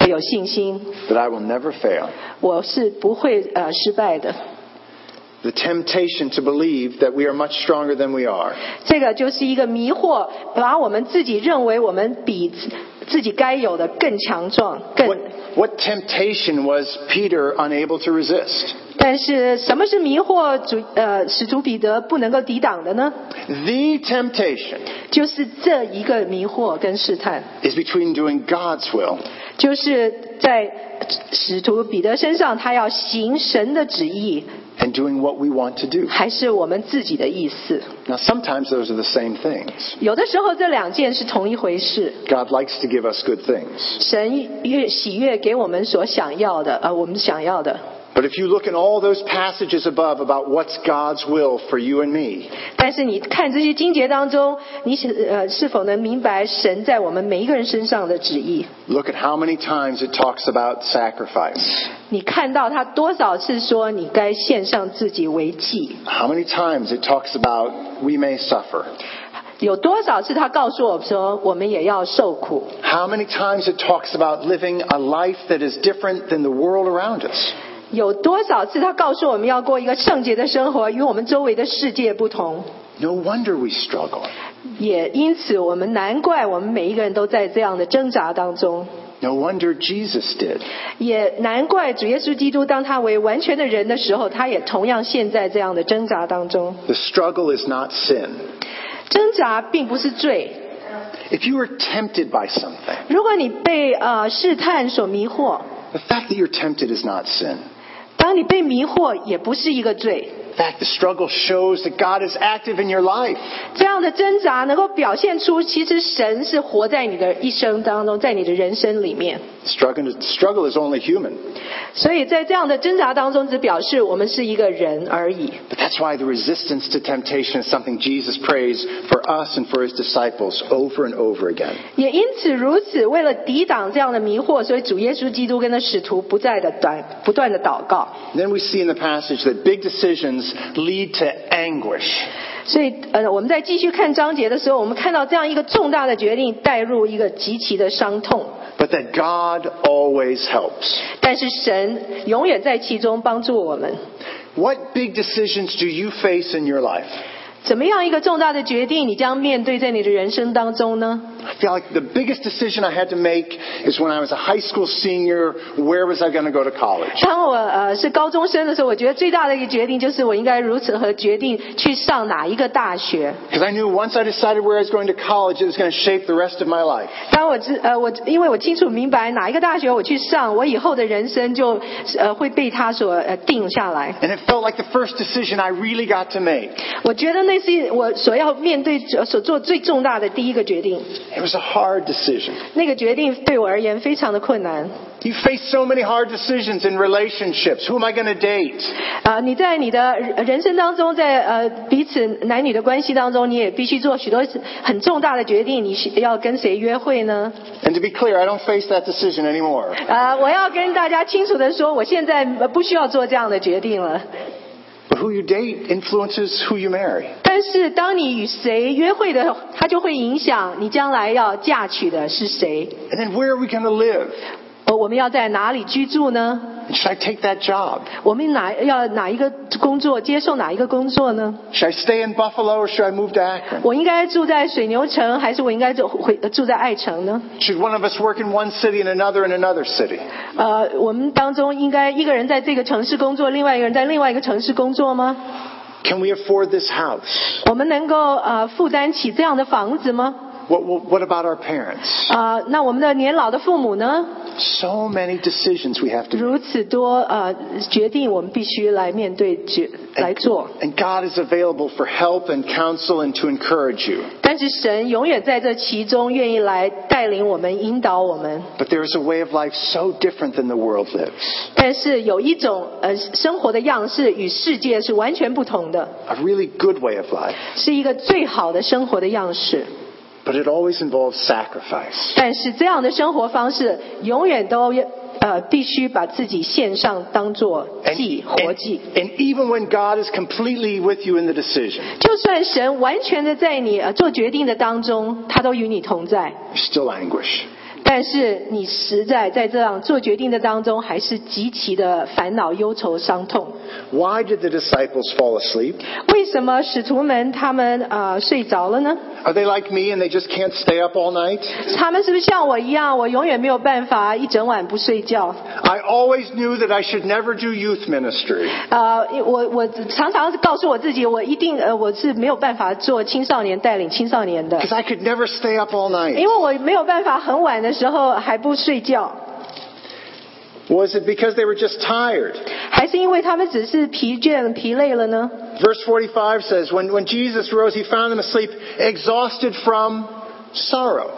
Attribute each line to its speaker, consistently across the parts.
Speaker 1: 我有信心，
Speaker 2: that I will never fail.
Speaker 1: 我是不会呃失败的。
Speaker 2: The temptation to believe that we are much stronger than we are.
Speaker 1: 这个就是一个迷惑，把我们自己认为我们比自自己该有的更强壮，更
Speaker 2: What, what temptation was Peter unable to resist?
Speaker 1: 但是什么是迷惑主呃使徒彼得不能够抵挡的呢？
Speaker 2: The temptation
Speaker 1: 就是这一个迷惑跟试探，
Speaker 2: is between doing God's will
Speaker 1: 就是在使徒彼得身上，他要行神的旨意，
Speaker 2: and doing what we want to do.
Speaker 1: 还是我们自己的意思？
Speaker 2: Now, sometimes those are the same things.
Speaker 1: 有的时候这两件是同一回事。
Speaker 2: God likes to give us good things.
Speaker 1: 神越喜悦给我们所想要的，呃，我们想要的。
Speaker 2: But if you look in all those passages above about what's God's will for you and me,
Speaker 1: 但是你看这些经节当中，你是呃是否能明白神在我们每一个人身上的旨意？
Speaker 2: look at how many times it talks about sacrifice,
Speaker 1: 你看到他多少次说你该献上自己为祭？
Speaker 2: how many times it talks about we may suffer,
Speaker 1: 有多少次他告诉我们说我们也要受苦？
Speaker 2: how many times it talks about living a life that is different than the world around us.
Speaker 1: 有多少次他告诉我们要过一个圣洁的生活，与我们周围的世界不同？
Speaker 2: No wonder we struggle.
Speaker 1: 也因此，我们难怪我们每一个人都在这样的挣扎当中。
Speaker 2: No wonder Jesus did.
Speaker 1: 也难怪主耶稣基督当他为完全的人的时候，他也同样陷在这样的挣扎当中。
Speaker 2: The struggle is not sin.
Speaker 1: 挣扎并不是罪。
Speaker 2: If you are tempted by something,
Speaker 1: 如果你被呃试探所迷惑，
Speaker 2: the fact that you're tempted is not sin.
Speaker 1: 当你被迷惑，也不是一个罪。
Speaker 2: In fact, the struggle shows that God is active in your life.
Speaker 1: 这样的挣扎能够表现出，其实神是活在你的一生当中，在你的人生里面。
Speaker 2: Struggle, struggle is only human,
Speaker 1: 所以在这样的挣扎当中，只表示我们是一个人而已。
Speaker 2: but that's why the resistance to temptation is something Jesus prays for us and for his disciples over and over again.
Speaker 1: 也因此如此，为了抵挡这样的迷惑，所以主耶稣基督跟他使徒不在的短不断的祷告。
Speaker 2: Then we see in the passage that big decisions lead to anguish.
Speaker 1: 所以，呃，我们在继续看章节的时候，我们看到这样一个重大的决定带入一个极其的伤痛，
Speaker 2: But that God always helps.
Speaker 1: 但是神永远在其中帮助我们。
Speaker 2: What big decisions do you face in your life?
Speaker 1: 怎么样一个重大的决定，你将面对在你的人生当中呢？
Speaker 2: I feel like the biggest decision I had to make is when I was a high school senior, where was I going to go to college?
Speaker 1: 当我呃是高中生的时候，我觉得最大的一个决定就是我应该如此和决定去上哪一个大学。
Speaker 2: Because I knew once I decided where I was going to college, it was going to shape the rest of my life.
Speaker 1: 当我知呃我因为我清楚明白哪一个大学我去上，我以后的人生就呃会被它所呃定下来。
Speaker 2: And it felt like the first decision I really got to make.
Speaker 1: 我觉得那是我所要面对、所做最重大的第一个决定。
Speaker 2: It was a hard decision.
Speaker 1: 那个决定对我而言非常的困难。
Speaker 2: You face so many hard decisions in relationships. Who am I going to date?
Speaker 1: 啊、你在你的人生当中，在呃彼此男女的关系当中，你也必须做许多很重大的决定。你是要跟谁约会呢？
Speaker 2: And to be clear, I don't face that decision anymore.
Speaker 1: 啊，我要跟大家清楚的说，我现在不需要做这样的决定了。
Speaker 2: But who you date influences who you marry.
Speaker 1: 但是，当你与谁约会的，它就会影响你将来要嫁娶的是谁。
Speaker 2: And then where are we going to live?
Speaker 1: 呃，我们要在哪里居住呢？
Speaker 2: And should I take that job?
Speaker 1: 我们哪要哪一个工作，接受哪一个工作呢？
Speaker 2: Should I stay in Buffalo or should I move to Akron?
Speaker 1: 我应该住在水牛城，还是我应该住回住在爱城呢？
Speaker 2: Should one of us work in one city and another in another city?
Speaker 1: 呃，我们当中应该一个人在这个城市工作，另外一个人在另外一个城市工作吗？
Speaker 2: Can we afford this house?
Speaker 1: 我们能够呃负担起这样的房子吗？
Speaker 2: What, what, what about our parents?
Speaker 1: 啊、那我们的年老的父母呢？
Speaker 2: So many decisions we have to make.
Speaker 1: 如此多呃决定，我们必须来面对决来做。
Speaker 2: And God is available for help and counsel and to encourage you.
Speaker 1: 但是神永远在这其中，愿意来带领我们、引导我们。
Speaker 2: But there is a way of life so different than the world lives.
Speaker 1: 但是有一种呃生活的样式与世界是完全不同的，
Speaker 2: A really good way of life.
Speaker 1: 是一个最好的生活的样式。
Speaker 2: But it always involves sacrifice.
Speaker 1: 但是这样的生活方式永远都呃必须把自己献上当做
Speaker 2: And,
Speaker 1: 祭
Speaker 2: and-
Speaker 1: 活祭。
Speaker 2: and even when God is completely with you in the decision,
Speaker 1: 就算神完全的在你呃做决定的当中，他都与你同在，
Speaker 2: there's still anguish.
Speaker 1: 但是你实在在这样做决定的当中，还是极其的烦恼、忧愁、伤痛。
Speaker 2: Why did the disciples fall asleep?
Speaker 1: 为什么使徒们他们呃睡着了呢？
Speaker 2: Are they like me and they just can't stay up all night?
Speaker 1: 他们是不是像我一样，我永远没有办法一整晚不睡觉？
Speaker 2: I always knew that I should never do youth ministry.
Speaker 1: 呃，我我常常告诉我自己，我一定呃我是没有办法做青少年带领青少年的，
Speaker 2: Because I could never stay up all
Speaker 1: 因
Speaker 2: night.
Speaker 1: 为我没有办法很晚的时候还不睡觉，
Speaker 2: Was it because they were just tired?
Speaker 1: 还是因为他们只是疲倦疲累了呢？
Speaker 2: Verse 45 says, When, when Jesus rose, he found them asleep, exhausted from sorrow.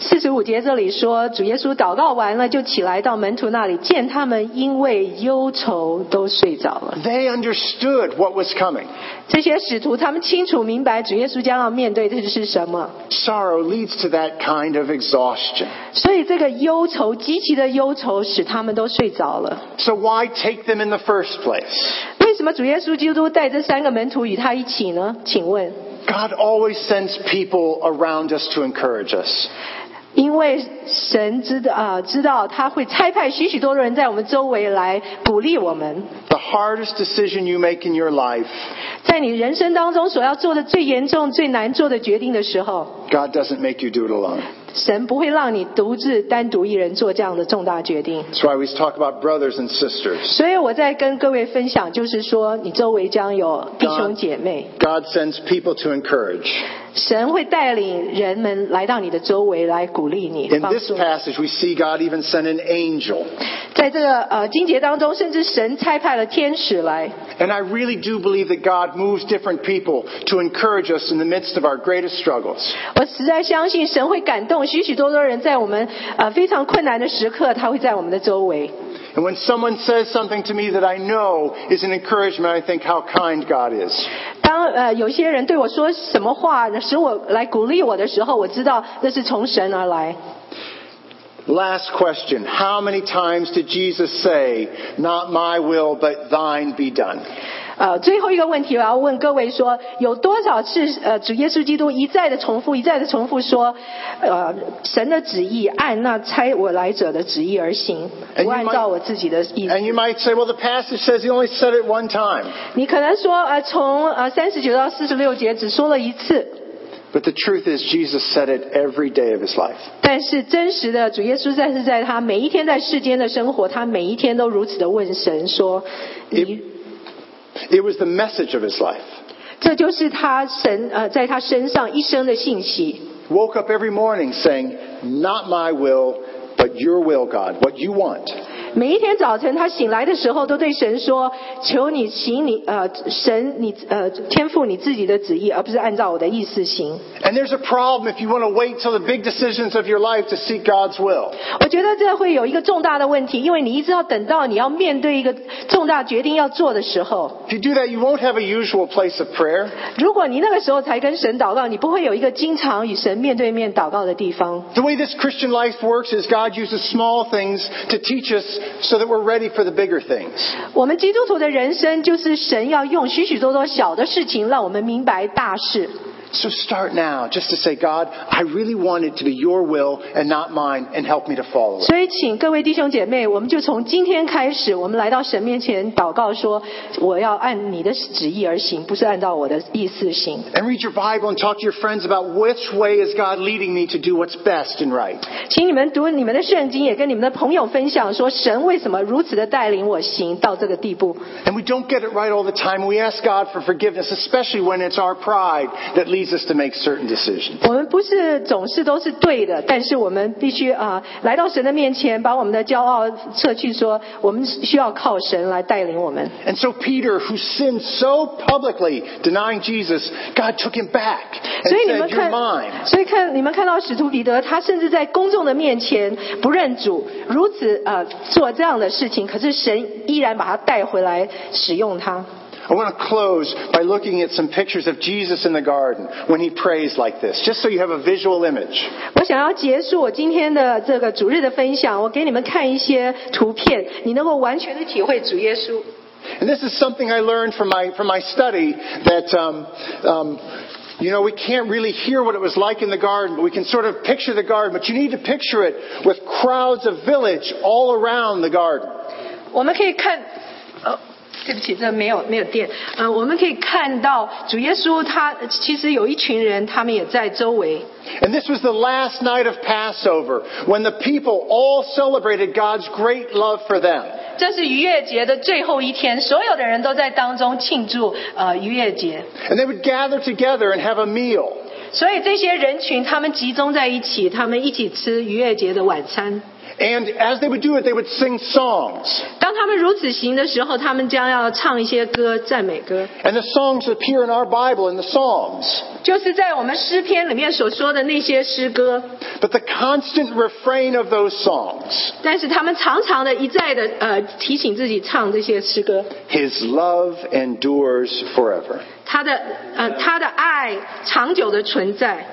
Speaker 1: 四十五节这里说，主耶稣祷告完了就起来到门徒那里，见他们因为忧愁都睡着了。
Speaker 2: They understood what was coming.
Speaker 1: 这些使徒他们清楚明白主耶稣将要面对的是什么，
Speaker 2: Sorrow leads to that kind of exhaustion.
Speaker 1: 所以这个忧愁极其的忧愁使他们都睡着了。
Speaker 2: So why take them in the first place?
Speaker 1: 为什么主耶稣基督带这三个门徒与他一起呢？请问，
Speaker 2: God always sends people around us to encourage us.
Speaker 1: 因为神知道啊、知道他会差派许许多多人在我们周围来鼓励我们。
Speaker 2: The hardest decision you make in your life,
Speaker 1: 在你人生当中所要做的最严重、最难做的决定的时候，
Speaker 2: God doesn't make you do it alone.
Speaker 1: 神不会让你独自单独一人做这样的重大决定。
Speaker 2: That's why we talk about brothers and sisters.
Speaker 1: 所以我在跟各位分享，就是说你周围将有弟兄姐妹，
Speaker 2: God sends people to encourage.
Speaker 1: 神会带领人们来到你的周围来鼓励你。
Speaker 2: In
Speaker 1: 帮
Speaker 2: this
Speaker 1: 助你
Speaker 2: passage, we see God even sent an angel.
Speaker 1: 在这个呃经节当中，甚至神差派了天使来。
Speaker 2: And I really do believe that God moves different people to encourage us in the midst of our greatest struggles.
Speaker 1: 我实在相信神会感动许许多多人，在我们呃非常困难的时刻，他会在我们的周围。
Speaker 2: And when someone says something to me that I know is an encouragement, I think how kind God is.
Speaker 1: 当呃有些人对我说什么话，使我来鼓励我的时候，我知道那是从神而来。
Speaker 2: Last question. How many times did Jesus say, Not my will, but thine be done?
Speaker 1: 呃，最后一个问题，我要问各位说，有多少次呃主耶稣基督一再的重复、一再的重复说，呃，神的旨意按那差我来者的旨意而行，
Speaker 2: And
Speaker 1: 不
Speaker 2: you
Speaker 1: 按
Speaker 2: might-
Speaker 1: 照我自己的意思
Speaker 2: And。you might say, Well, the passage says he only said it one time.
Speaker 1: 你可能说，呃，从呃三十九到四十六节只说了一次，
Speaker 2: But the truth is, Jesus said it every day of his life.
Speaker 1: 但是真实的主耶稣在是在他每一天在世间的生活，他每一天都如此的问神说，你
Speaker 2: It, it was the message of his life.
Speaker 1: 这就是他神呃在他身上一生的信息。
Speaker 2: Woke up every morning saying, Not my will, but your will, God, what you want.
Speaker 1: 每一天早晨，他醒来的时候，都对神说：“求你行你呃，神你呃，天赋你自己的旨意，而不是按照我的意思行。
Speaker 2: And there's a problem if you want to wait till the big decisions of your life to seek God's will. ”
Speaker 1: 我觉得这会有一个重大的问题，因为你一直要等到你要面对一个重大决定要做的时候，
Speaker 2: If you do that, you won't have a usual place of prayer.
Speaker 1: 如果你那个时候才跟神祷告，你不会有一个经常与神面对面祷告的地方。
Speaker 2: The way this Christian life works is God uses small things to teach us so that we're ready for the bigger things.
Speaker 1: 我们基督徒的人生就是神要用许许多多小的事情让我们明白大事。
Speaker 2: So start now just to say, God, I really want it to be your will and not mine, and help me to follow it.
Speaker 1: 所以，请各位弟兄姐妹，我们就从今天开始，我们来到神面前祷告说：“我要按你的旨意而行，不是按照我的意思行。
Speaker 2: And read your Bible and talk to your friends about which way is God leading me to do what's best and right. ”
Speaker 1: 请你们读你们的圣经，也跟你们的朋友分享说，神为什么如此的带领我行到这个地步。
Speaker 2: And we don't get it right all the time. We ask God for forgiveness, especially when it's our pride that leads us to make certain decisions.
Speaker 1: 我们不是总是都是对的，但是我们必须啊、来到神的面前，把我们的骄傲撤去说我们需要靠神来带领我们。
Speaker 2: And so Peter, who sinned so publicly denying Jesus, God took him back and
Speaker 1: 所以你们
Speaker 2: said, You're
Speaker 1: 看
Speaker 2: mine.，
Speaker 1: 所以看你们看到使徒彼得，他甚至在公众的面前不认主，如此呃做这样的事情，可是神依然把他带回来使用他。
Speaker 2: I want to close by looking at some pictures of Jesus in the garden when he prays like this, just so you have a visual image.
Speaker 1: 我想要结束我今天的这个主日的分享，我给你们看一些图片，你能够完全的体会主耶稣。
Speaker 2: And this is something I learned from my, from my study that um, um, You know, we can't really hear what it was like in the garden, but we can sort of picture the garden. But you need to picture it with crowds of village all around the garden.
Speaker 1: 我们可以看，呃，对不起，这没有没有电。呃，我们可以看到主耶稣他其实有一群人，他们也在周围。
Speaker 2: And this was the last night of Passover when the people all celebrated God's great love for them.
Speaker 1: 这是逾越节的最后一天，所有的人都在当中庆祝呃逾越节，
Speaker 2: And they would gather together and have a meal.
Speaker 1: 所以这些人群他们集中在一起，他们一起吃逾越节的晚餐。
Speaker 2: And as they would do it, they would sing songs.
Speaker 1: 当他们如此行的时候，他们将要唱一些歌，赞美歌，
Speaker 2: And the songs appear in our Bible in the Psalms.
Speaker 1: 就是在我们诗篇里面所说的那些诗歌。
Speaker 2: But the constant refrain of those songs,
Speaker 1: 但是他们常常的一再的呃提醒自己唱这些诗歌，
Speaker 2: His love endures forever.
Speaker 1: 他的呃他的爱长久的存在。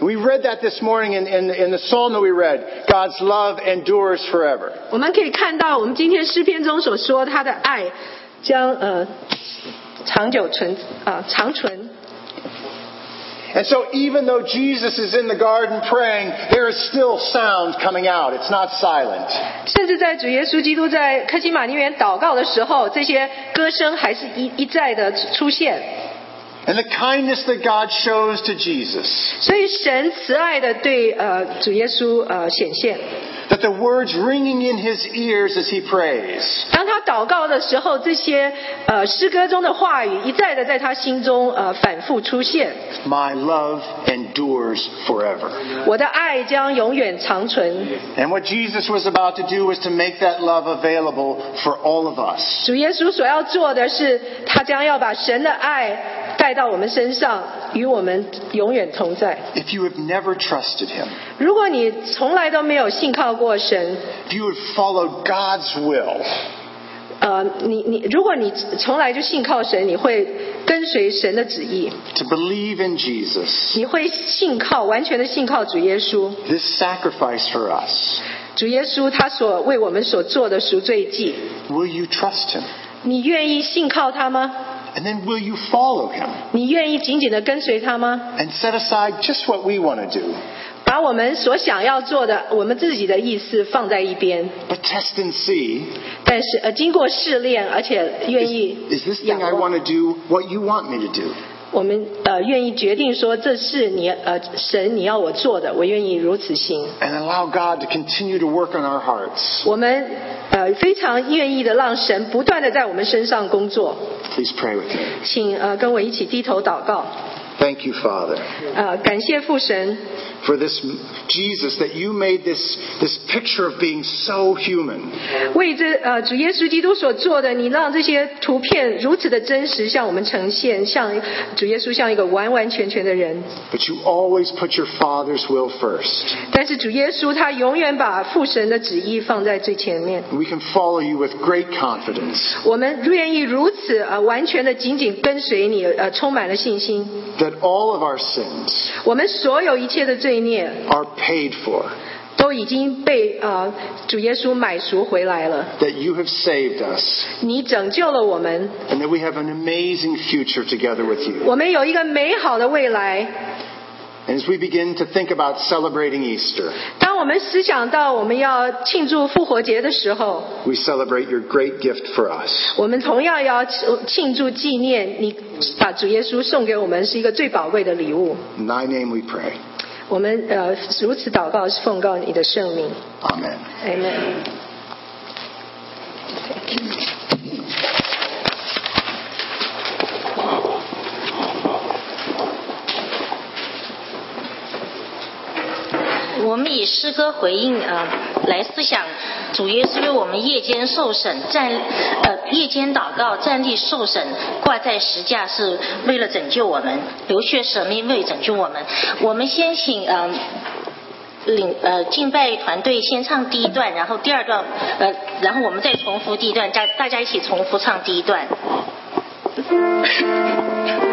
Speaker 2: We read that this morning in, in, in the psalm that we read. God's love endures forever.
Speaker 1: 我们可以看到，我们今天诗篇中所说，他的爱将呃长久存啊、长存。
Speaker 2: And so even though Jesus is in the garden praying, there is still sound coming out. It's not silent.
Speaker 1: 甚至在主耶稣基督在科西玛尼园祷告的时候，这些歌声还是一一再的出现。
Speaker 2: And the kindness that God shows to Jesus,
Speaker 1: 所以神慈爱的对呃主耶稣呃显现，
Speaker 2: that the words ringing in his ears as he prays,
Speaker 1: 当他祷告的时候，这些呃诗歌中的话语一再的在他心中呃反复出现。
Speaker 2: my love endures forever.
Speaker 1: 我的爱将永远长存。
Speaker 2: And what Jesus was about to do was to make that love available for all of us.
Speaker 1: 主耶稣所要做的是，他将要把神的爱带到我们身上，与我们永远同在。
Speaker 2: If you have never trusted him,
Speaker 1: 如果你从来都没有信靠过神，
Speaker 2: if you have followed God's will,
Speaker 1: 呃，你你，如果你从来就信靠神，你会跟随神的旨意，
Speaker 2: to believe in Jesus,
Speaker 1: 你会信靠完全的信靠主耶稣。
Speaker 2: this sacrifice for us,
Speaker 1: 主耶稣他所为我们所做的赎罪祭，
Speaker 2: will you trust him?
Speaker 1: 你愿意信靠他吗？
Speaker 2: And then will you follow him
Speaker 1: 你愿意紧紧的跟随他吗？
Speaker 2: and set aside just what we want to do?
Speaker 1: 把我们所想要做的，我们自己的意思放在一边，
Speaker 2: But test and see.
Speaker 1: 但是呃，经过试炼，而且愿
Speaker 2: Is,
Speaker 1: 意
Speaker 2: is this thing
Speaker 1: 仰
Speaker 2: I
Speaker 1: 望，
Speaker 2: want to do what you want me to do?
Speaker 1: 我们呃愿意决定说，这是你呃神你要我做的，我愿意如此行。
Speaker 2: And allow God to continue to work on our hearts.
Speaker 1: 我们呃非常愿意的让神不断的在我们身上工作，
Speaker 2: Please pray with me.
Speaker 1: 请呃跟我一起低头祷告，
Speaker 2: Thank you, Father,
Speaker 1: 呃感谢父神，
Speaker 2: for this Jesus that you made this, this picture of being so human.
Speaker 1: 为这呃主耶稣基督所做的，你让这些图片如此的真实向我们呈现，像主耶稣像一个完完全全的人。
Speaker 2: But you always put your Father's will first.
Speaker 1: 但是主耶稣他永远把父神的旨意放在最前面。
Speaker 2: We can follow you with great confidence
Speaker 1: 我们愿意如此呃完全的紧紧跟随你，呃充满了信心。
Speaker 2: that all of our sins
Speaker 1: 我们所有一切的罪孽
Speaker 2: are paid for,
Speaker 1: 都已经被呃主耶稣买赎回来了，
Speaker 2: that you have saved us,
Speaker 1: 你拯救了我们，
Speaker 2: and that we have an amazing future together with you.
Speaker 1: 我们有一个美好的未来。
Speaker 2: And as we begin to think about celebrating Easter,
Speaker 1: 当我们思想到我们要庆祝复活节的时候，
Speaker 2: we celebrate your great gift for us.
Speaker 1: 我们同样也要庆庆祝纪念你把主耶稣送给我们是一个最宝贵的礼物。
Speaker 2: In thy name we pray.
Speaker 1: 我们呃如此祷告，是奉告你的圣名
Speaker 2: Amen.
Speaker 1: ，Amen。
Speaker 3: 我们以诗歌回应呃来思想主耶稣为我们夜间受审站呃夜间祷告站立受审挂在石架是为了拯救我们流血舍命为拯救我们。我们先请呃领呃敬拜团队先唱第一段，然后第二段呃然后我们再重复第一段，大大家一起重复唱第一段。